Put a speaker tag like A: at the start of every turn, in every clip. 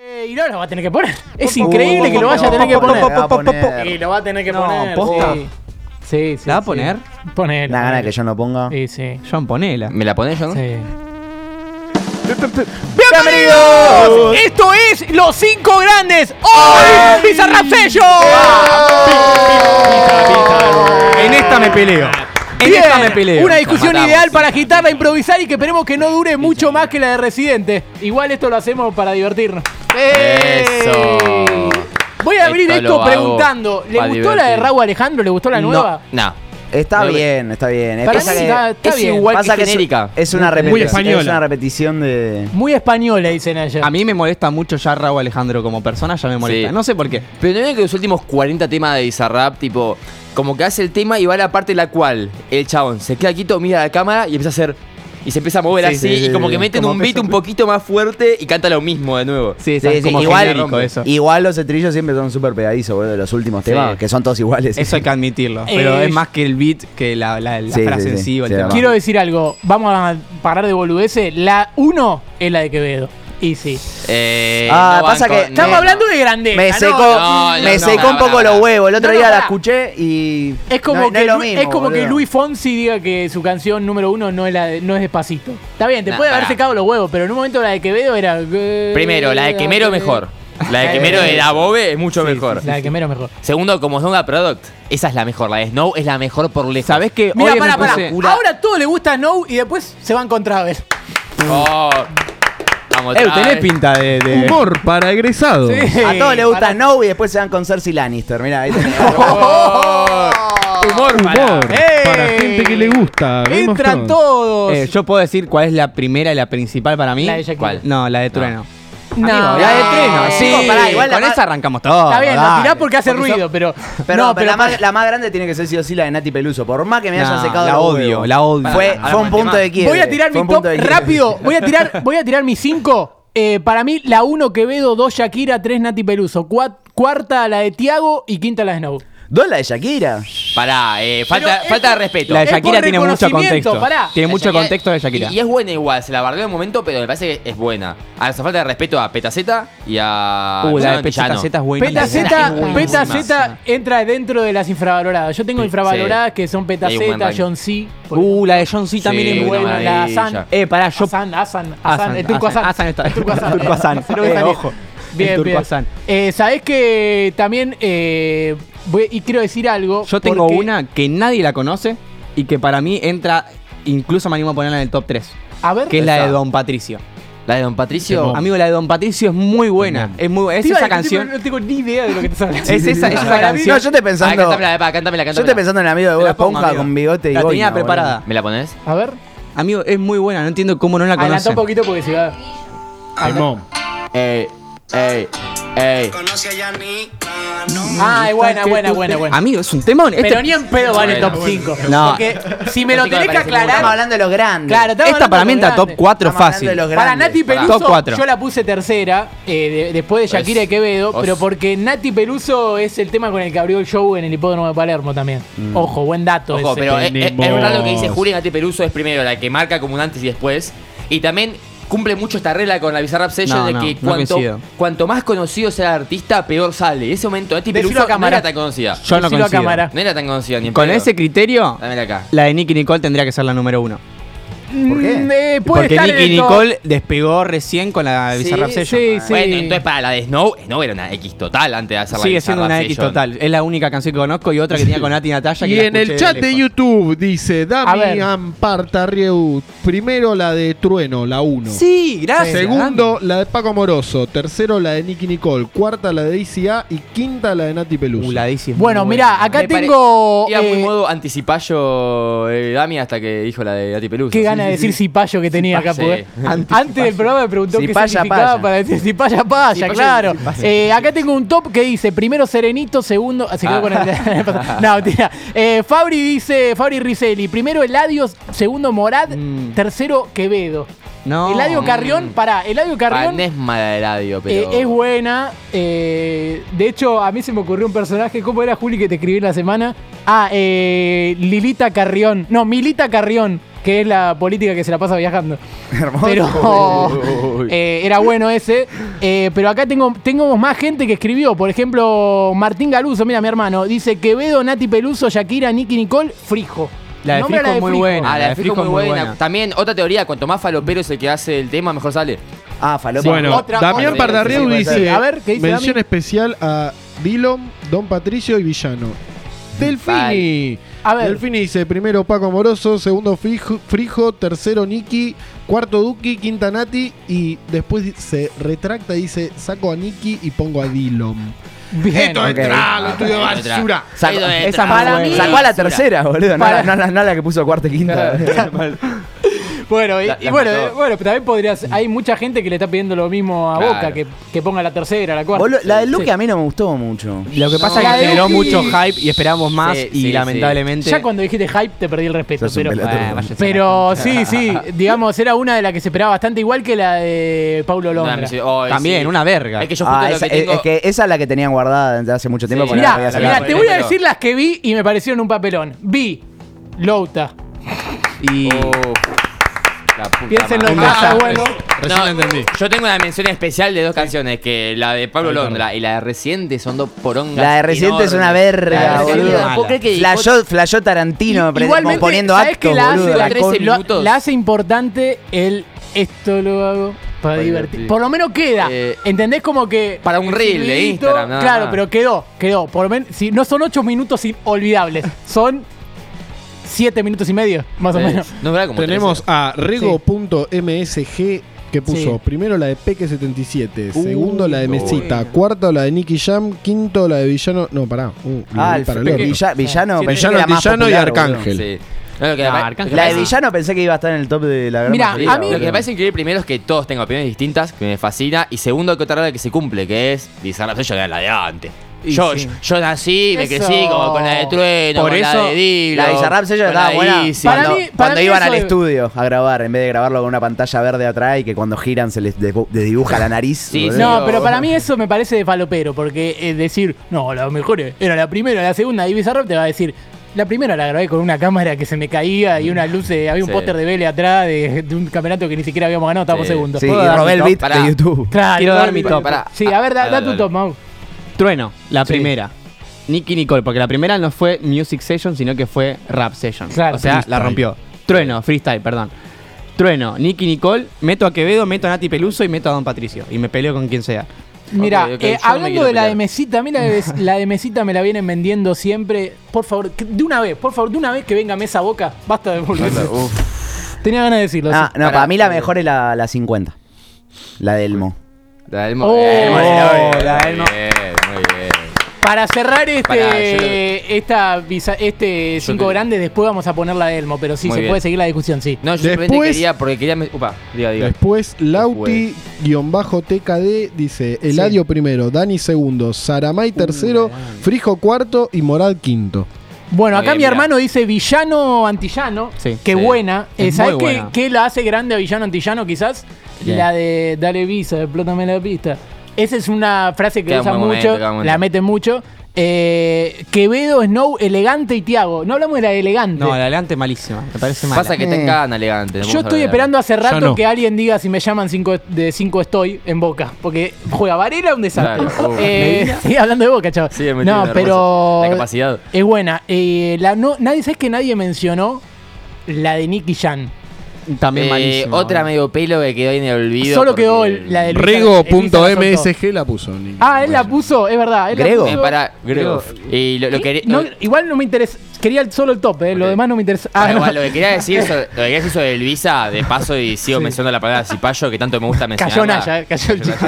A: Eh, y no lo va a tener que poner. Es
B: Uh,
A: increíble que lo vaya a tener que
B: po, po,
A: poner.
B: po, po, po, po, po.
A: Y lo va a tener que
C: No,
A: poner.
C: posta.
A: Sí. Sí, sí.
C: ¿La va a
A: sí.
C: poner?
A: Ponelo.
B: Una gana que yo no ponga.
A: Sí, sí.
C: John, ponela.
D: ¿Me la pones, John?
A: sí.
B: ¡Bienvenidos!
A: Esto es Los Cinco Grandes. ¡Hoy! ¡Pizarra
C: En esta me peleo. En
A: Bien,
C: esta me peleo.
A: Una discusión
D: matamos.
A: ideal para agitarla, improvisar y que esperemos que no dure mucho más que la de Residente. Igual esto lo hacemos para divertirnos.
D: Eso.
A: ¡Ey! Voy a abrir
D: Esto
A: esto,
D: lo hago
A: preguntando. ¿Le
D: pa'
A: gustó la de
D: divertir.
A: Raúl Alejandro? ¿Le gustó la nueva?
D: No.
B: Está
D: Pero-
B: bien, está bien.
A: Para
B: Pasa
A: mí
B: que-
A: está, está
D: es
A: bien.
D: igual
B: pasa
D: que
B: que es-
D: genérica.
B: Es una
E: Muy
B: repetición.
E: española.
B: Es una repetición de.
A: Muy española, dicen ayer.
C: A mí me molesta mucho ya Raúl Alejandro como persona, ya me molesta.
D: Sí.
C: No sé por qué.
D: Pero también que los últimos 40 temas de Bizarrap, tipo, como que hace el tema y va a la parte en la cual el chabón se queda quieto, mira a la cámara y empieza a hacer. Y se empieza a mover
B: Sí,
D: así,
B: sí, sí,
D: y como
B: sí.
D: que meten
C: Como
D: un
C: que
D: beat
C: se-
D: un poquito más fuerte y canta lo mismo de nuevo.
C: Sí,
B: Sí,
C: sí,
B: sí,
C: como
B: igual,
C: genérico eso.
B: igual los estribillos siempre son súper pegadizos, boludo, de los últimos
D: Sí.
B: temas, que son todos iguales.
C: Eso hay que admitirlo. Pero
A: Eh,
C: es más que el beat, que la, la- la
B: Sí,
C: frase
B: sí,
C: en
B: sí.
C: sí o el
B: Sí,
C: tema.
B: además.
A: Quiero decir algo. Vamos a parar de boludeces. La 1 es la de Quevedo. Y sí.
D: Eh,
B: Ah, pasa
D: banco-
B: que-
A: Estamos hablando de grandeza.
B: me
A: no,
B: secó,
D: no, no,
B: me
D: no,
B: secó
D: no,
B: un
D: no,
B: poco
D: no,
B: los
D: no.
B: huevos. El otro
A: No, no,
B: día la
A: pará.
B: escuché y.
A: Es como,
B: no- no
A: que,
B: lo
A: Lu-
B: mismo,
A: es como que
B: boludo.
A: Luis Fonsi diga que su canción número uno no es, la de- no es despacito. Está bien, te
D: Nah,
A: puede haber
D: pará.
A: secado los huevos, pero en un momento la de Quevedo era. eh,
D: Primero, la de Quemero mejor. La de Quemero de la Bobe es mucho mejor.
A: La de Quevedo mejor.
D: Segundo, como Snowga Product, esa es la mejor. La de Snow es la mejor por lejos.
C: ¿Sabés que
A: Mira,
C: hoy
A: pará,
C: me
A: pará.
C: puse-
A: Ahora todo le gusta a No y después se van con Travel.
D: Oh. Vamos,
C: Eh,
D: otra
C: tenés
D: vez.
C: pinta de... de-
E: Humor para egresado.
B: A todos les gusta No y después se van con Cersei Lannister. Mirá, ahí tenés.
D: Oh. Humor,
E: Humor
D: para-
E: para gente que le gusta. Game of
A: Entran
E: Thrones.
A: todos.
C: Eh, yo puedo decir cuál es la primera y la principal para mí.
A: La de Ah, Jack
D: ¿Cuál?
A: Black.
C: No, la de Trueno.
A: No.
B: la de Trueno,
C: No,
B: Eh,
C: sí,
B: chicos, pará, igual la
C: con
B: ma-
C: esa arrancamos todo.
A: Está bien, la
C: dale.
A: tirá porque hace
C: Porque
A: ruido, pero.
B: Pero,
A: no,
B: pero la,
A: para-
B: más, la más grande tiene que ser sí o sí la de Nati Peluso. Por más que me hayan
C: Nah,
B: secado
C: la
B: los
C: odio,
B: huevos.
C: la odio.
B: Fue,
D: Pará,
B: fue un
D: pará,
B: punto
D: pará.
B: de quiebre.
A: Voy a tirar
B: Fue
A: mi
B: un
A: top
B: punto de quiebre.
A: rápido. Voy a tirar, voy a tirar mis cinco. Eh, para mí, la uno Quevedo, dos Shakira, tres Nati Peluso, cua- cuarta la de Tiago y quinta la de Snow.
B: ¿Dos la de Shakira?
D: Pará, eh, falta,
A: Pero
D: falta de
A: es-
D: respeto.
C: La de
A: Es por
C: Shakira tiene mucho
A: reconocimiento,
C: contexto.
A: pará.
C: Tiene
D: La
C: mucho
D: Shakira-
C: contexto de Shakira.
D: Y, y es buena igual, se la bardeó en un momento, pero me parece que es buena. A esa falta de respeto a Petaceta y a.
C: Uh, la
D: Luciano
C: de
D: Antillano.
C: Petaceta es buenísima.
A: Peta Z,
D: buenísima.
A: Peta Z entra dentro de las infravaloradas. Yo tengo infravaloradas que son Peta
D: Hay un buen
A: Z,
D: ranking.
A: John C. por ejemplo.
C: Uh, la de John C también
D: Sí,
C: es
D: una
C: buena.
A: buena, la
D: maravilla.
A: Hassan.
C: Eh, pará, yo.
A: Hassan, Hassan, Hassan,
C: Hassan,
A: el turco Hassan.
C: Hassan, Hassan está.
A: El turco Hassan.
C: El turco Hassan.
A: Pero
C: Eh,
A: está bien.
C: ojo.
A: Bien,
C: El turco
A: bien.
C: Hassan.
A: Eh, Sabés que también, eh, voy- y quiero decir algo.
C: Yo tengo
A: porque-
C: una que nadie la conoce y que para mí entra, incluso me animo a ponerla en el top 3,
A: A ver,
C: que es la de
D: Esa.
C: Don Patricio.
D: La de Don Patricio.
C: Amigo, la de Don Patricio es muy buena. Es muy buena. Es
A: Te iba a
C: esa
A: decir,
C: canción. Eh,
A: No tengo ni idea de lo que te hablas.
C: Es esa, es esa
B: No, yo
C: canción.
B: estoy
D: Ah,
B: pensando.
D: cántamela, epá, cántamela,
B: Yo estoy
D: cántamela.
B: pensando en el amigo de
C: Te
B: Bob
C: la pongo,
B: Esponja
C: amigo.
B: con bigote y
C: La tenía
B: boina, boludo.
C: preparada.
D: ¿Me la pones?
A: A ver,
C: Amigo, es muy buena. No entiendo cómo no la
A: adelantá
C: conocen.
A: un poquito porque si va.
E: Temón.
D: Ey, ey, ey.
F: Conoce a Yanni.
A: Ah, es buena, buena, buena, buena.
C: Amigo, es un temón. Este-
A: Pero ni en pedo vale
D: Bueno,
A: top
D: bueno.
A: 5.
C: No.
A: Porque si me lo
D: Los cinco
A: tenés que
D: me parecen muy
B: Estamos
A: aclarar.
B: hablando de los grandes.
A: Claro, estamos
C: Esta para
A: hablando de
C: mí entra
A: los
C: top
A: grandes.
C: 4
B: Estamos hablando
C: fácil.
B: de los
A: Para
B: grandes.
A: Nati
D: Pará.
A: Peluso,
C: Top cuatro. Pues,
A: yo la puse tercera, eh, de- después de Shakira
D: Es-
A: y Quevedo,
D: os-
A: pero porque Nati Peluso es el tema con el que abrió el show en el hipódromo de Palermo también.
C: Mm.
A: Ojo, buen dato.
D: Ojo,
A: ese.
D: pero es, es- es
E: Tenemos.
D: verdad lo que dice Juli Nati Peruso es primero la que marca como un antes y después. Y también cumple mucho esta regla con la Bizarrap Session
C: No,
D: de
C: no,
D: que
C: no
D: cuanto,
C: coincido.
D: cuanto más conocido sea el artista, peor sale. En ese momento Nati
A: Decilo
D: Peruso
A: a
D: no
A: cámara.
D: era tan conocida.
C: Yo no
A: Decilo a
C: coincido.
A: cámara.
D: No era tan conocida ni en
C: Con
D: pedo.
C: ese criterio,
D: Dámela acá.
C: la de Nicky Nicole tendría que ser la número uno.
B: ¿Por qué?
A: Mm, eh, puede
C: Porque
A: estar en
C: Nicky
A: el top.
C: Nicole despegó recién con la
A: Sí,
C: Bizarrap Session.
A: sí, sí.
D: Bueno, entonces para la de Snow, Snow era una X total antes de hacer la
C: Sigue
D: Bizarrap
C: siendo una X
D: Session.
C: total. Es la única canción que conozco y otra que tenía con Nati Natalia.
E: Y en el chat de YouTube dice
A: A ver.
E: Dami Amparta Rieu. Primero la de Trueno, la 1.
C: Sí, gracias.
E: Segundo, la de Paco Moroso. Tercero, la de Nicky Nicole. Cuarta, la de DCA. Y quinta, la de Nati Peluso.
C: Uh, la Daisy es muy
A: Bueno,
C: buena.
A: mirá, acá
D: Me pare-
A: tengo.
D: Iba muy
A: eh,
D: modo anticipayo eh, Dami hasta que dijo la de Nati Peluso.
A: Qué gana de decir cipayo que tenía acá,
D: Sí.
A: porque Antes del programa me preguntó qué
B: Cipaya,
A: significaba
B: paya.
A: para decir cipaya paya,
D: Cipaya,
A: claro.
D: cipaya.
A: Eh, acá tengo un top que dice primero Serenito, segundo. ah, Se quedó
D: Ah.
A: con el. no, mentira. Eh, Fabri dice, Fabri Rizelli, primero Eladio, segundo Morad,
C: Mm. Oh.
A: tercero Quevedo.
C: No.
A: Eladio Carrión, pará, Eladio Carrión.
D: Anés Ah, mala de radio,
A: eh,
D: pero.
A: es buena. eh, de hecho, a mí se me ocurrió un personaje. ¿Cómo era Juli que te escribí la semana? Ah, eh, Lilita Carrión. No, Milita Carrión. que es la política que se la pasa viajando.
B: Hermoso.
A: Pero eh, era bueno ese. Eh, pero acá tengo, tengo más gente que escribió. Por ejemplo, Martín Galuso, mira mi hermano, dice Quevedo, Nati Peluso, Shakira, Nicky Nicole, Frijo.
C: La de
A: Nombra
C: Frijo es muy buena.
D: Ah, la de Frico
C: Frico
D: es muy buena. También, otra teoría, cuanto más falopero es el que hace el tema, mejor sale.
B: Ah, falopa.
E: Bueno,
A: otra-
E: Damián
A: otra-
E: Pardarrieu
B: sí, puede ser.
E: dice:
A: A ver, ¿qué dice
E: Mención
A: Dami?
E: especial a Dillon, Don Patricio y Villano. Delfini.
A: A ver.
E: Delfini dice: primero Paco Amoroso, segundo Frijo, Frijo, tercero Nicky, cuarto Duki, quinta Nati. Y después se retracta y dice: saco a Nicky y pongo a Dillon.
A: Bien.
E: Esto es
B: ok.
E: tra, lo tuyo
D: Ah,
E: es basura.
B: Sacó,
D: Ahí lo
B: esa
D: entra.
B: para
D: Para mí-
B: sacó a la tercera, boludo. No,
A: Para-
B: la- no, la- no la que puso cuarta y quinta.
A: Bueno, y,
D: La-
A: y
D: las
A: bueno,
D: mató.
A: eh, bueno, también podrías. Hay mucha gente que le está pidiendo lo mismo a
D: Claro.
A: Boca, que, que ponga la tercera, la cuarta.
B: Boludo, la de
A: Sí.
B: Luque a mí no me gustó mucho.
C: Lo que
A: No.
C: pasa es que
A: La de
C: generó
A: Duki.
C: mucho hype y esperamos más
D: Sí,
C: y
D: sí,
C: lamentablemente...
A: Ya cuando dijiste hype te perdí el respeto,
B: Sos un
A: pero.
B: pelotudo.
C: Ah, váyase a la
A: Pero sí, sí, digamos, era una de las que se esperaba bastante, igual que la de Paulo
D: No,
A: Londra.
D: me dice, "Oh,
C: También,
D: sí".
C: una verga.
D: Es que yo justo
B: Ah,
D: lo
B: esa-
D: que tengo...
B: es, es que esa es la que tenían guardada desde hace mucho tiempo.
D: Sí.
B: porque no la
A: Mirá,
B: podía sacar.
A: mirá, te voy a
D: Pero-
A: decir las que vi y me parecieron un papelón. Vi Louta.
C: Y...
D: Oh, la puta
A: Piénsenlo
D: madre.
A: más, abuelo.
E: Recién
D: No,
E: entendí.
D: Yo tengo una mención especial de dos canciones, que la de Pablo
E: Ahí está.
D: Londra y la de Reciente son dos porongas.
B: La de Reciente es una
D: enormes.
B: verga,
D: La de Reciente
B: boludo.
D: tampoco creo que-
B: Flashó, flashó Tarantino pre-
A: Igualmente,
B: poniendo
A: ¿sabés
B: actos,
A: que la hace,
B: boludo.
A: la,
D: 13
A: con- lo-
D: minutos.
A: la hace importante el esto lo hago para divertir.
D: divertir.
A: Por lo menos queda.
D: Eh,
A: ¿Entendés? Como que.
D: para un
A: el
D: reel de
A: silbidito,
D: Instagram, nada
A: Claro,
D: más.
A: pero quedó, quedó. Por lo menos. Si, no son ocho minutos inolvidables. Son siete minutos y medio, más o
D: Sí.
A: menos.
D: No, era como
E: Tenemos a rego.msg que puso
A: Sí.
E: primero la de Peque 77,
A: Uh,
E: segundo la de
A: no.
E: Mesita, cuarto la de Nicky Jam, quinto la de Villano. No, pará. Uh, lo
B: Ah,
E: vi
B: el
E: para el
B: Peque-
E: otro.
B: Villa- Villano.
A: Sí,
B: pensé que
E: Villano,
B: era más
E: Antillano y
B: popular, boludo.
E: Arcángel.
D: Sí. No, lo que
C: No,
D: me-
C: Arcángel
B: La de
D: parece-
B: Villano pensé que iba a estar en el top de la gran
A: Mirá,
B: mayoría,
A: a mí-
D: Lo que
B: boludo.
D: me parece increíble primero es que todos tengan opiniones distintas, que me fascina, y segundo que otra regla que se cumple, que es Bizarrap yo era la de antes.
A: Y
D: Yo,
A: sí.
D: yo nací, me
A: Eso.
D: crecí como con la de Trueno,
C: Por
D: con la
C: eso,
D: de Dilo,
B: La de Bizarrap Sello
D: con
B: estaba
D: la de
B: buena
D: Easy.
A: Para
B: cuando,
A: mí- para
B: cuando
A: mí
B: iban
A: eso
B: al
A: de-
B: estudio a grabar, en vez de grabarlo con una pantalla verde atrás y que cuando giran se les desbu- desdibuja la nariz.
D: Sí,
B: boludo.
D: sí.
A: No,
D: Pero-
A: pero para mí eso me parece de falopero, porque es decir, no, la mejor era la primera, la segunda, y Bizarrap te va a decir, la primera la grabé con una cámara que se me caía y unas luces, había un
D: Sí.
A: póster de Vélez atrás de, de un campeonato que ni siquiera habíamos ganado, estábamos
D: Sí.
A: segundos.
B: Sí, y
C: ¿Puedo dar
B: robé
C: mi
B: el
C: top?
B: beat
D: Pará.
B: de YouTube.
A: Claro,
C: Quiero
A: igual-
C: dar mi top.
D: Pará.
A: Sí, a ver, da,
D: Dale,
A: da
D: dale.
A: tu top, Mau.
C: Trueno, la
A: Sí.
C: primera. Nicky Nicole, porque la primera no fue Music Session, sino que fue Rap Session.
A: Claro.
C: o sea, la
E: Freestyle.
C: rompió. Trueno, freestyle, perdón. Trueno, Nicky Nicole, meto a Quevedo, meto a Nati Peluso y meto a Don Patricio. Y me peleo con quien sea.
A: Mira,
D: ok,
A: eh,
D: yo no me
A: hablando
D: quiero
A: de la de
D: pelear.
A: mesita, a mí la de, la de mesita me la vienen vendiendo siempre. Por favor, que- de una vez, por favor, de una vez que venga mesa boca, basta de volver. Tenía ganas de decirlo.
B: Ah,
A: sí.
B: no,
D: Pará.
B: para mí la mejor es la, la 50. La de Elmo.
D: La del Mo-
A: Oh,
D: Bien, muy bien,
C: la del Mo-
D: Muy bien, muy bien.
A: Para cerrar este,
D: Pará, yo
A: esta, visa- este cinco
D: creo-
A: grandes, después vamos a poner la de Elmo, pero sí
D: Muy
A: se
D: bien.
A: puede seguir la discusión, sí.
D: No, yo simplemente
E: Después-
D: quería, porque quería... me- Upa, diga, diga.
E: Después, Lauti-TKD dice: Eladio primero, Dani segundo,
B: Uh,
E: Saramay tercero, Frijo cuarto y Morad quinto.
A: Bueno,
D: Muy
A: acá
D: bien,
A: mi
D: mirá.
A: hermano dice villano antillano,
C: Sí.
A: que
D: Sí.
A: buena. Eh,
C: Es
A: ¿Sabés
C: muy
A: qué,
C: buena.
A: qué la hace grande a villano antillano quizás?
C: ¿Qué?
A: La de dale visa, explótame la pista. Esa es una frase que
D: Queda un
A: usan
D: buen momento,
A: mucho,
D: queda un buen
A: la
D: momento.
A: meten mucho. Eh, Quevedo, Snow, Elegante y Tiago. No hablamos de la de Elegante.
C: No, la adelante malísima. Me parece mala.
D: Pasa que
B: Eh.
D: tengan elegante.
A: Yo estoy esperando hace rato
E: no.
A: que alguien diga si me llaman cinco de 5 estoy en Boca. Porque juega Varela un desastre.
D: Claro, oh.
A: Eh, sí, hablando de Boca, chaval.
D: Sí, me
A: no,
D: entiendo, hermoso.
A: pero...
D: La capacidad.
A: Es buena. Eh, la no, nadie, ¿Sabes que nadie mencionó la de Nicky Jan?
C: También
D: Eh,
C: malísima.
D: otra medio pelo que quedó ahí en el olvido.
A: Solo
D: porque-
A: quedó el- la de Luis Elisa la soltó.
E: Rego.msg la puso. Nicky.
A: Ah, él la puso, es verdad. él la
B: Grego.
A: puso.
D: Eh, para, Grego. Y lo, lo
A: ¿Eh?
D: quería.
A: No,
D: lo-
A: igual no me interesa. Quería el- solo el top, eh, lo
D: Ok.
A: demás no me interesa. Ah,
D: para
A: no.
D: igual, lo que quería decir sobre, lo que quería decir sobre el Visa, de paso, y sigo mencionando la palabra cipayo, que tanto me gusta Ah, mencionar.
A: Cayó Naya, eh, cayó el chico.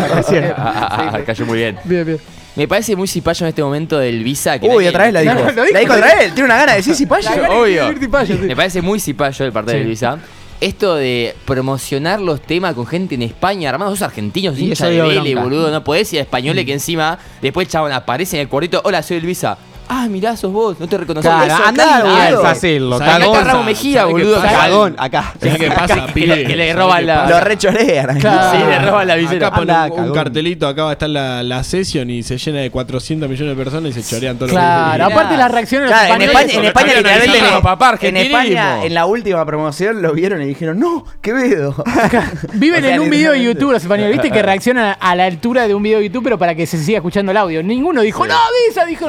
D: ah, Cayó muy bien.
A: Bien, bien.
D: Me parece muy cipayo en este momento del Visa. Que
B: Uy,
D: nadie-
B: otra vez la dijo.
A: no, lo dijo,
B: la dijo
A: lo
B: otra vez. Tiene una gana de decir si payo.
A: La-
D: Obvio.
A: Cipayo, sí.
D: Me parece muy cipayo el parte del Visa. Esto de promocionar los temas con gente en España, hermanos, sos argentinos,
C: Y
D: hincha
C: eso
D: de
C: dio
D: Vélez,
C: bronca.
D: boludo, no podés ir a españoles que encima, después el chabón aparece en el cuartito, hola, soy el Visa. ah, mirá, sos vos, no te reconocí.
C: Claro,
D: Eso,
C: anda
D: claro,
C: bien,
D: boludo.
C: Facilo,
D: Acá
C: cagón.
D: está Ramos Mejía,
F: ¿Sabe qué
D: boludo.
F: pasa?
C: Cagón, acá.
F: ¿Sabes qué pasa,
D: Que
F: pibe?
D: le- que le
F: ¿Sabes
D: roba
F: qué
D: la-
B: Lo rechorean.
A: Claro.
D: Sí, le roba la visera.
F: Acá ponen
C: Andá,
F: un- un,
C: cagón.
F: cartelito, acá va a estar la, la session y se llena de 400 millones de personas y se chorean todos
A: Claro,
D: Mirá.
A: aparte las reacciones de los
B: Claro, en
A: españoles
B: España, en
A: son-
B: España
F: Habían
B: literalmente
F: avisado,
B: le-
F: papá,
B: en
F: argentinismo.
B: España, en la última promoción lo vieron y dijeron, no, Quevedo.
A: Viven
B: O sea,
A: en un video de
B: literalmente.
A: YouTube los españoles, ¿viste? Que reaccionan a la altura de un video de YouTube, pero para que se siga escuchando el audio. Ninguno dijo, no, Visa, dijo.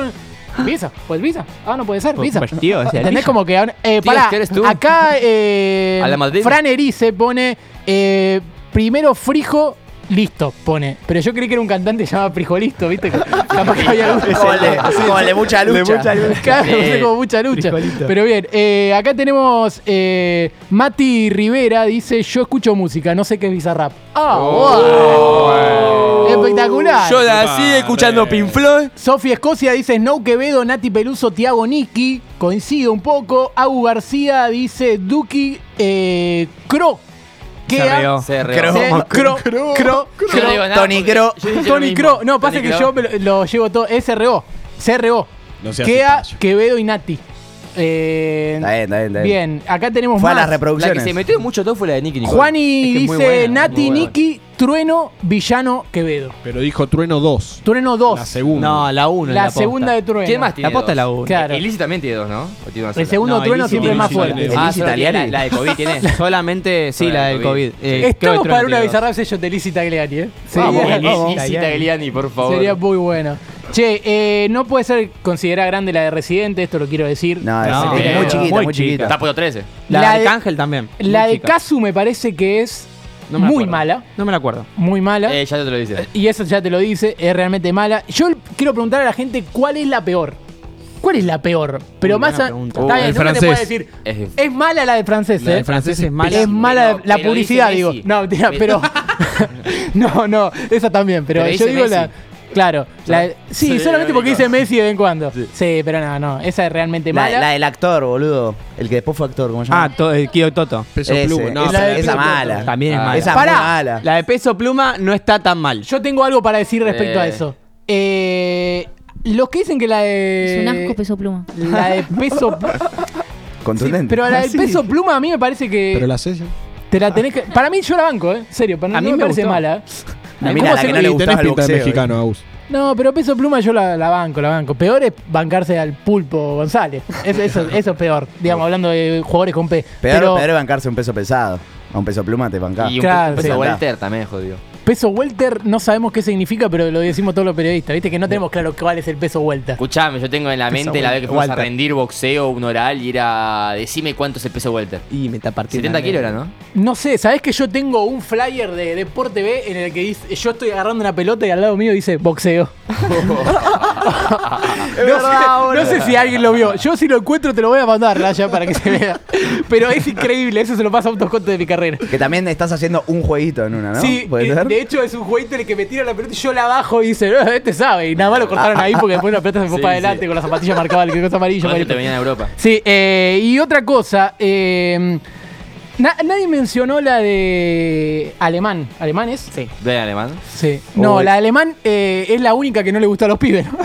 A: Visa, pues Visa. Ah, no puede ser,
C: Pues,
A: Visa.
C: pues, tío, o sea,
A: ¿Entendés
C: Visa.
A: como que ahora- Eh, pará,
D: es que eres tú.
A: acá eh,
D: A la Madrid.
A: Fran Erice pone eh, primero frijo, listo, pone. Pero yo creí que era un cantante llamado Frijolisto, ¿viste? Capaz que había algún-
B: Como el de- como el de mucha lucha.
A: Claro, fue como mucha lucha. Pero bien, eh, acá tenemos eh, Mati Rivera, dice, yo escucho música, no sé qué es Bizarrap. ¡Ah! wow. Espectacular.
D: Yo nací escuchando Pink Floyd.
A: Sofía Escocia dice Snow Quevedo, Nati Peluso, Tiago Nicky. Coincido un poco. Agu García dice Duki eh, Cro.
C: Se
A: Queda.
C: rió.
D: Se
A: Cro, Cro, Cro, Cro,
D: Yo no digo nada
B: Tony
D: porque
B: Cro.
D: yo hice lo
A: Tony
D: mismo.
A: Cro. No, pasa
D: Tony
A: que
D: Cro.
A: yo me lo, lo llevo todo. SRO. CRO.
F: No seas
A: Queda
F: payo.
A: Quevedo y Nati. Eh,
B: Está bien, está bien, está bien.
A: Bien, acá tenemos
B: Fue a las
A: más.
D: La que se
B: reproducciones.
D: metió mucho todo fue la de Nicky Nicole.
A: Juani
D: Es que es muy
A: dice
D: buena,
A: Nati,
D: muy buena.
A: Nicky, Trueno, Villano, Quevedo.
F: Pero dijo Trueno 2.
A: Trueno 2.
F: La
A: La,
F: segunda.
C: No, la 1.
A: segunda de Trueno.
D: ¿Quién más tiene?
C: La posta
D: dos?
C: es la uno.
A: Claro.
D: Elisi también tiene dos, ¿no? ¿O tiene una
A: El
D: sola?
A: segundo
C: No,
A: Trueno
C: Elisi
A: siempre es más
F: tiene-
A: fuerte.
D: Ah,
B: Elisi
D: solo tiene
B: Italiani.
D: la, la de COVID tiene.
C: Solamente, sí,
D: Con
C: la
D: el
C: del
D: COVID.
C: COVID. Eh, creo que
A: Estamos
C: Trueno
A: para una
C: tiene dos.
A: bizarra session de Lizzie Tagliani, ¿eh?
D: Vamos,
A: Sería-
D: Elisi Tagliani, por favor.
A: Sería muy bueno. Che, eh, no puede ser considerada grande la de Residente, esto lo quiero decir.
B: No, es-
C: No,
B: es
D: bien.
B: muy chiquita,
C: Muy
B: muy chiquita.
D: Está puesto 13.
C: La,
A: La
C: de
A: de-
C: Arcángel también.
A: La
C: Muy
A: de
C: chica.
A: Casu me parece que es
C: No me la
A: muy
C: acuerdo.
A: mala.
C: No me la acuerdo.
A: Muy mala.
D: Eh, ya te lo dice.
A: Y eso ya te lo dice, es realmente mala. Yo quiero preguntar a la gente cuál es la peor. ¿Cuál es la peor? Pero
C: Uy,
A: más
C: buena
A: a,
C: pregunta.
A: Está bien,
F: Uh, el
A: nunca te puedo
F: francés.
A: decir.
D: Es-
A: Es mala la de francés,
C: La
A: ¿eh?
C: del francés es mala.
A: Es mala
D: Pero-
A: la
D: pero
A: publicidad,
D: dice
A: digo.
D: Messi.
A: No, mentira, pero. no, no, esa también, pero,
D: Pero
A: yo
D: dice
A: digo la.
D: Messi.
A: Claro, la- sí,
D: Sí,
A: solamente porque
D: único.
A: dice Messi de vez en cuando. Sí, pero no, no, esa es realmente
B: La,
A: mala.
B: la del actor, boludo. El que después fue actor, ¿cómo se
C: Ah,
B: llama?
C: to- eh, Kio Toto.
F: Peso
B: Ese,
F: pluma. No,
B: esa-
F: pero la de
B: esa
F: Peso Pluma-
B: mala.
C: También es
D: Ah,
C: mala.
B: Esa
A: Pará.
B: muy mala.
C: La de peso pluma no está tan mal.
A: Yo tengo algo para decir respecto a
D: Eh.
A: eso. Eh, los que dicen que la de.
G: Es un
B: Eh,
G: asco pues. peso pluma.
A: La de peso. Sí,
B: Contundente. Ah,
A: pero la del
B: Sí.
A: peso pluma a mí me parece que.
F: Pero la sesión.
A: Te la tenés que. Para mí yo la banco, ¿eh? Serio, para
C: A
A: mí
C: mí
A: no me
C: me
A: parece
C: gustó.
A: mala. ¿eh?
B: A mí
A: ¿Cómo
B: la, la
A: se-
B: que no le
F: Y
B: gustaba
F: tenés
B: el
F: pinta de
B: boxeo. eh.
F: mexicano, Agus.
A: No, pero peso pluma yo la, la banco, la banco. Peor es bancarse al pulpo González. Es- eso, eso es peor, digamos, hablando de jugadores con P.
B: eh. Peor,
A: pero
B: peor es bancarse un peso pesado. A un peso pluma te bancás.
D: Y un
A: Claro,
D: peso
A: sí.
D: Walter también, jodido.
A: peso welter no sabemos qué significa, pero lo decimos todos los periodistas, ¿viste? Que no tenemos claro cuál es el peso welter.
D: Escuchame, yo tengo en la mente la vez que fuimos a rendir boxeo, un oral, y era. Decime cuánto es el peso Walter.
C: Y me está partiendo.
D: 70 kilos era, ¿no?
A: No sé, ¿sabés que yo tengo un flyer de Deporte B en el que dice, yo estoy agarrando una pelota y al lado mío dice boxeo? no, sé, no sé si alguien lo vio. Yo si lo encuentro te lo voy a mandar, Raya, para que se vea. Pero es increíble, eso se lo pasa a un toscote de mi carrera.
B: Que también estás haciendo un jueguito en una, ¿no?
A: Sí,
B: ¿Puede
A: eh,
B: ser?
A: de hecho es un jueguito en el que me tira la pelota y yo la bajo y dice, "Eh, este sabe. Y nada más lo cortaron ahí porque después la pelota se fue
D: Sí,
A: para adelante
D: sí.
A: con la zapatilla marcada, el que cosa amarilla.
D: Yo
A: amarillo.
D: te venía en Europa.
A: Sí, eh, y otra cosa, eh, na- nadie mencionó la de alemán. ¿Alemán es? Sí.
D: ¿Ven alemán?
A: No,
B: Uy.
A: la de alemán eh, es la única que no le gusta a los pibes. ¿no?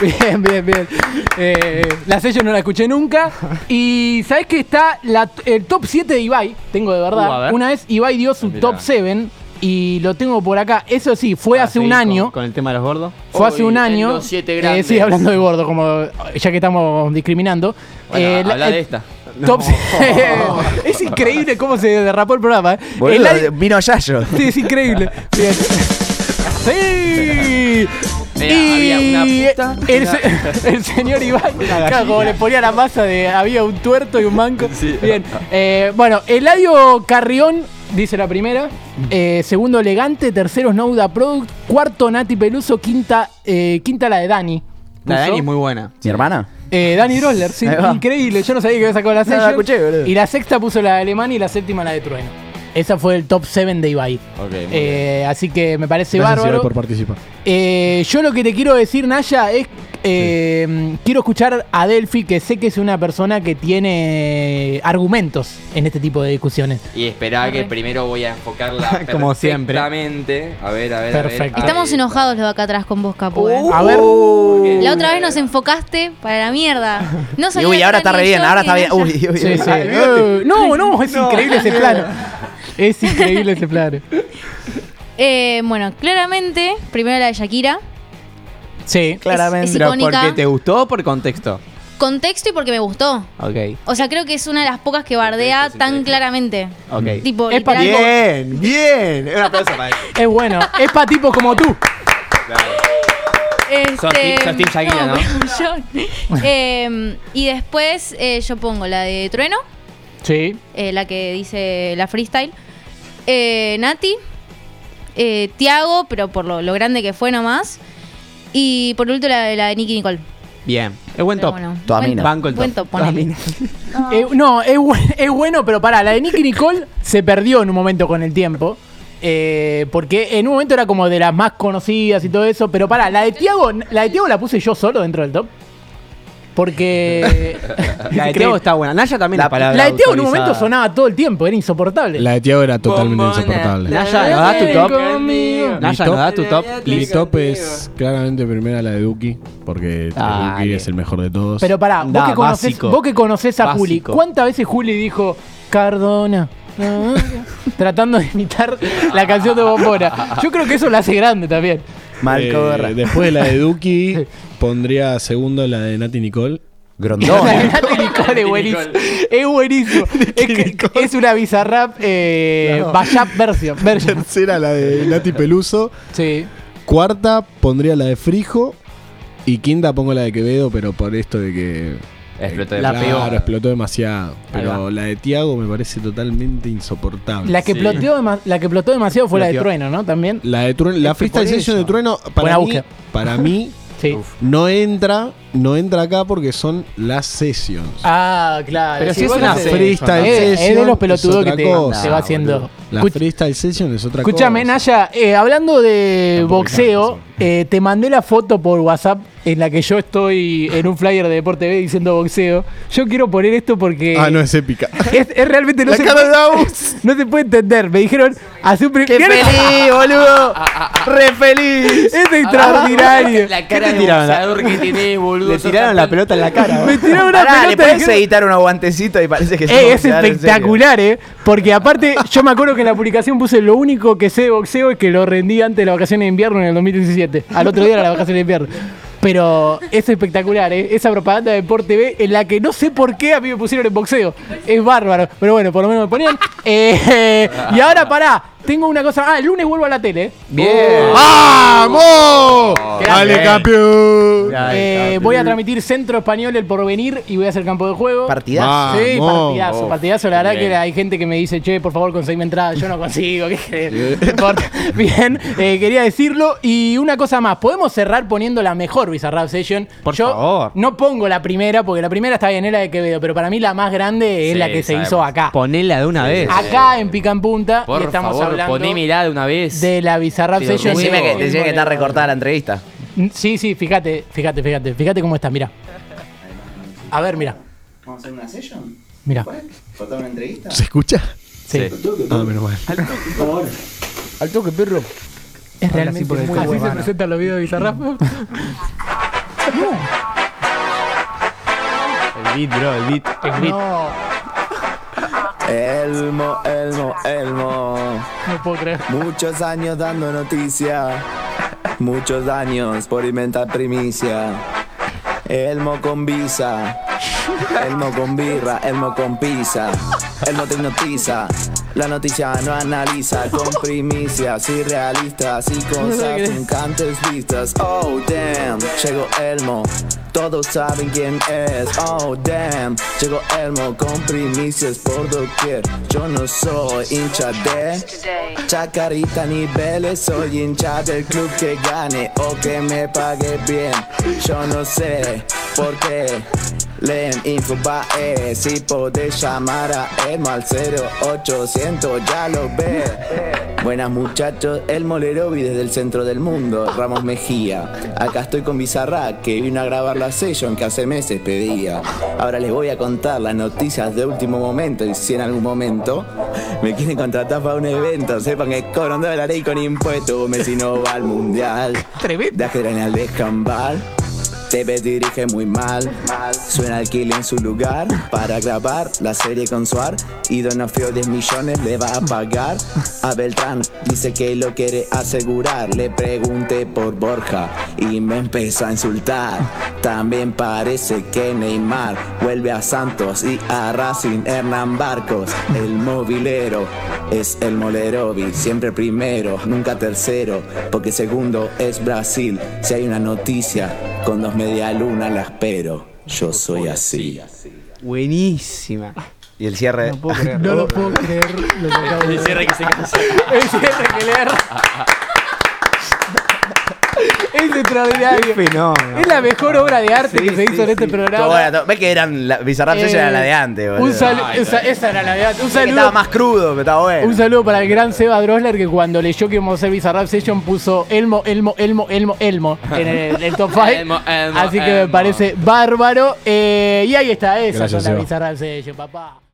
A: bien, bien, bien. Eh, la sello no la escuché nunca. Y sabes que está la- el top 7 de Ibai, tengo de
C: Uh, a
A: verdad.
C: ver. Ah,
A: Una vez Ibai dio su
D: Mirá.
A: top 7 y lo tengo por acá. Eso sí, fue
C: Ah,
A: hace un
C: sí, con-
A: año.
C: Con, el tema de los gordos.
A: Fue hace
D: Hoy,
A: un
D: en
A: año.
D: los siete
A: Eh,
D: grandes.
A: sí, hablando de gordo, como ya que estamos discriminando.
D: Bueno,
A: Eh, la-
D: habla
A: el
D: de esta.
A: top- es increíble cómo se derrapó el programa. eh. El
B: Boludo,
A: aire-
B: vino Yayo.
A: Sí, es increíble. Bien. Sí.
D: Mira,
A: y
D: había una puta,
A: el, se- el señor Iván, claro, como le ponía la masa de había un tuerto y un manco. Bien, Eh, bueno, Eladio Carrión dice la primera, eh, segundo Elegante, tercero Snowda Product, cuarto Nati Peluso, quinta, eh, quinta la de Dani.
C: La de
A: puso.
C: Dani es muy buena.
B: ¿Mi hermana?
A: Eh, Dani Drosler, sí,
B: Ahí va.
A: increíble. Yo no sabía que había sacado la
B: No, la
A: sesión.
B: escuché, boludo.
A: y la sexta puso la de Alemania y la séptima la de Trueno. Esa fue el top 7 de Ibai.
D: Ok, muy
A: Eh, así que me parece
E: Gracias, Ibai,
A: bárbaro.
E: por participar.
A: Eh, yo lo que te quiero decir, Naya, es eh, quiero escuchar a Delphi, que sé que es una persona que tiene argumentos en este tipo de discusiones.
D: Y esperá que
G: Ok.
D: primero voy a enfocarla
C: Como siempre.
D: perfectamente. A ver, a ver, a ver.
A: Perfecto.
G: Estamos
D: Ahí. Uh.
G: enojados los de acá atrás con vos, Capo.
B: Uh.
G: eh.
A: A ver,
G: La otra vez nos enfocaste para la mierda. No
B: Y
G: salió
B: uy, ahora
G: ni
B: está re
G: yo
B: bien, ahora
G: ni
B: está bien.
G: Naya.
B: Uy, uy,
A: Sí,
B: uy.
A: sí. Eh, No, no, es increíble ese plano. Es increíble ese plano.
G: Eh, bueno, claramente, primero la de Shakira.
A: Sí.
G: Es, es
C: Pero
G: icónica.
C: porque te gustó o por contexto.
G: Contexto y porque me gustó.
C: Ok.
G: O sea, creo que es una de las pocas que bardea tan claramente.
C: Ok.
G: Tipo,
A: Es para-
G: literal-
C: Bien, bien. Un aplauso para él.
A: Es bueno. Es para tipos como tú.
G: Este,
D: Sos Team- sos Team Shakira, ¿no?
G: pero yo- Eh, y después eh, yo pongo la de Trueno,
A: Sí.
G: eh, la que dice la freestyle. Eh, Nati. eh, Tiago, pero por lo, lo grande que fue nomás. Y por último la, la de Nicky Nicole.
C: Bien. Es buen
G: Pero
C: top.
G: bueno,
B: Toda
G: buen-
B: mina.
C: Banco el top.
G: Buen top,
C: Toda
G: ponele.
C: mina.
A: Eh, no, es, bu- es bueno, pero pará, la de Nicky Nicole se perdió en un momento con el tiempo. eh, porque en un momento era como de las más conocidas y todo eso. Pero pará, la de Tiago, la de Tiago la puse yo solo dentro del top. Porque.
C: La de Tiago está buena. Naya también
B: La-
C: la palabra.
A: La de Tiago en un momento
C: autorizada.
A: sonaba todo el tiempo, era insoportable.
F: La de Tiago era totalmente
D: Bombona,
F: insoportable.
D: la-
C: Naya, ¿nos das tu top? Naya,
F: top.
C: ¿nos das tu top?
F: Mi
C: Listo.
F: top es claramente primera la de Duki, porque
C: Dale.
F: Duki es el mejor de todos.
A: Pero pará, vos,
C: Da,
A: que conocés,
C: básico.
A: vos que conocés a Juli,
C: Básico.
A: ¿cuántas veces Juli dijo Cardona? Ah, Tratando de imitar la canción de Bombona. Yo creo que eso la hace grande también.
F: Eh,
B: Marco Guerra.
F: después de la de Duki, pondría segundo la de Nati Nicole.
B: Grondona.
A: Nati Nicole es buenísimo. Es buenísimo. Es, que- es una bizarrap eh, Bayap version. version.
F: Tercera la de Nati Peluso.
A: Sí.
F: Cuarta pondría la de Frijo. Y quinta pongo la de Quevedo, pero por esto de que.
D: Explotó
F: eh,
D: de- La
F: claro,
D: peor.
F: explotó demasiado.
C: Ahí
F: Pero la de Tiago me parece totalmente insoportable.
A: La que,
D: Sí.
A: ploteó dema- la que ploteó demasiado fue la de
C: Ploteó.
A: Trueno, ¿no? También.
F: La de Trueno- la
A: Es que
F: freestyle
A: por
F: session
A: eso.
F: de Trueno,
A: Buena
F: para mí,
A: búsqueda.
F: para mí,
A: Sí.
F: no entra, no entra acá porque son las sessions.
A: Ah, claro.
C: Pero
A: Sí,
C: si es
A: vos
C: una
A: no sé.
F: freestyle
A: Es, es de
F: session
A: los pelotudos
F: es
A: que
F: otra
A: te,
F: cosa, Ah,
A: se va haciendo.
F: boludo. La
A: Escuch-
F: freestyle session es otra
A: Escúchame,
F: cosa.
A: Naya, eh, hablando de
F: Tampoco
A: boxeo,
F: canso.
A: eh, te mandé la foto por WhatsApp en la que yo estoy en un flyer de Deporte B diciendo boxeo. Yo quiero poner esto porque
F: Ah, no, es épica.
A: es, es realmente no se, puede, no se puede entender. Me dijeron, hace un primer.
B: ¡Qué feliz,
A: Ah,
B: boludo! ¡Re feliz!
A: Es extraordinario.
D: La cara de
C: tiraron?
D: boxeador que tenés, boludo.
C: Le
D: sos
C: tiraron la
D: tan-
C: pelota en la cara.
A: Me tiraron una
B: Pará, le
A: pelota y
B: podés
A: dijeron-
B: editar unos guantecitos y parece que
A: Eh, es
B: se va a quedar en serio.
A: espectacular, ¿eh? Porque aparte, yo me acuerdo que en la publicación puse lo único que sé de boxeo es que lo rendí antes de la vacación de invierno en el 2017. Al otro día era la vacación de invierno. Pero es espectacular, ¿eh? Esa propaganda de Deporte B en la que no sé por qué a mí me pusieron en boxeo. Es bárbaro. Pero bueno, por lo menos me ponían. Eh, eh, y ahora pará. Tengo una cosa. Ah, el lunes vuelvo a la tele. ¿eh?
C: Bien.
F: ¡Vamos!
A: Oh.
F: ¡Dale, campeón!
A: Eh, voy a transmitir Centro Español el porvenir y voy a hacer campo de juego.
B: Partidazo.
F: Ah,
A: Sí,
F: Vamos.
A: partidazo,
D: Uf,
A: partidazo. La verdad
D: bien.
A: que hay gente que me dice, che, por favor, conseguime entrada. Yo no consigo. ¿qué querés? No importa. Bien, eh, quería decirlo. Y una cosa más, podemos cerrar poniendo la mejor Bizarrap Session.
C: Por
A: Yo
C: favor.
A: no pongo la primera, porque la primera está bien, es la de Quevedo, pero para mí la más grande es
D: Sí,
A: la que
D: sabemos.
A: se hizo acá.
C: Ponela de una vez.
A: Acá en Pica en Punta. y
D: Por
A: estamos
D: favor,
A: hablando
D: ponémela de una vez.
A: de la Bizarrap
D: Pero
A: Session.
B: Decime que,
A: Sí,
B: decime que está recortada la entrevista.
A: Sí, sí, fíjate, fíjate, fíjate. Fíjate cómo está, mira. A ver, mira.
B: ¿Vamos a hacer una session?
A: Mira.
B: ¿Cortar una entrevista?
F: ¿Se escucha?
A: Sí.
F: Ah, menos mal.
E: Al toque, perro.
A: Es realmente muy Así se presentan los videos de Bizarrap.
C: El beat, bro, el beat.
A: No,
H: Elmo, Elmo, Elmo.
A: no puedo creer.
H: Muchos años dando noticia. Muchos años por inventar primicia. Elmo con visa. Elmo con birra, Elmo con pizza. Elmo te hipnotiza. La noticia no analiza con primicias irrealistas y cosas encantes vistas. Oh damn, llegó Elmo. Todos saben quién es. Oh damn, llegó Elmo con primicias por doquier. Yo no soy hincha de Chacarita ni Vélez. Soy hincha del club que gane o que me pague bien. Yo no sé. Porque leen Infobae Si podés llamar a Elmo al 0800 Ya lo ve Buenas muchachos, El Molerovi desde el centro del mundo Ramos Mejía Acá estoy con Bizarra Que vino a grabar la session que hace meses pedía Ahora les voy a contar las noticias de último momento Y si en algún momento Me quieren contratar para un evento Sepan que coronda la ley con impuestos Messi no va al mundial
C: Tremendo.
H: de en al descambar. TV dirige muy mal. Suena el kill en su lugar para grabar la serie con Suar. Y Donofrio 10 millones le va a pagar. A Beltrán dice que lo quiere asegurar. Le pregunté por Borja y me empezó a insultar. También parece que Neymar vuelve a Santos y a Racing Hernán Barcos. El movilero es el Molerovi, siempre primero, nunca tercero, porque segundo es Brasil. Si hay una noticia, con dos media luna la espero. Yo soy así.
C: Buenísima.
B: Y el cierre.
E: No lo puedo creer. Lo que acabo de
D: El
E: ver.
D: cierre que se cansa.
A: El cierre que le erra. Es extraordinario.
C: Fenómeno.
A: Es la mejor obra de arte
C: Sí,
A: que se hizo
C: sí,
A: en este
C: sí.
A: programa.
B: Todo bueno, todo- Ves que eran. La, Bizarrap
A: Eh,
B: Session era la de antes, boludo.
A: un salu-
D: Ay,
A: esa, esa era la de antes. Un
B: Ves que
A: saludo,
B: Estaba más crudo, pero estaba bueno.
A: un saludo para el gran Seba Drosler que cuando leyó que íbamos a hacer Bizarrap Session puso Elmo, Elmo, Elmo, Elmo, Elmo en el, el top 5.
D: Elmo, Elmo,
A: Así que me
D: Elmo.
A: parece bárbaro. Eh, y ahí está, esa
F: Gracias,
A: es la
F: Seba.
A: Bizarrap Session, papá.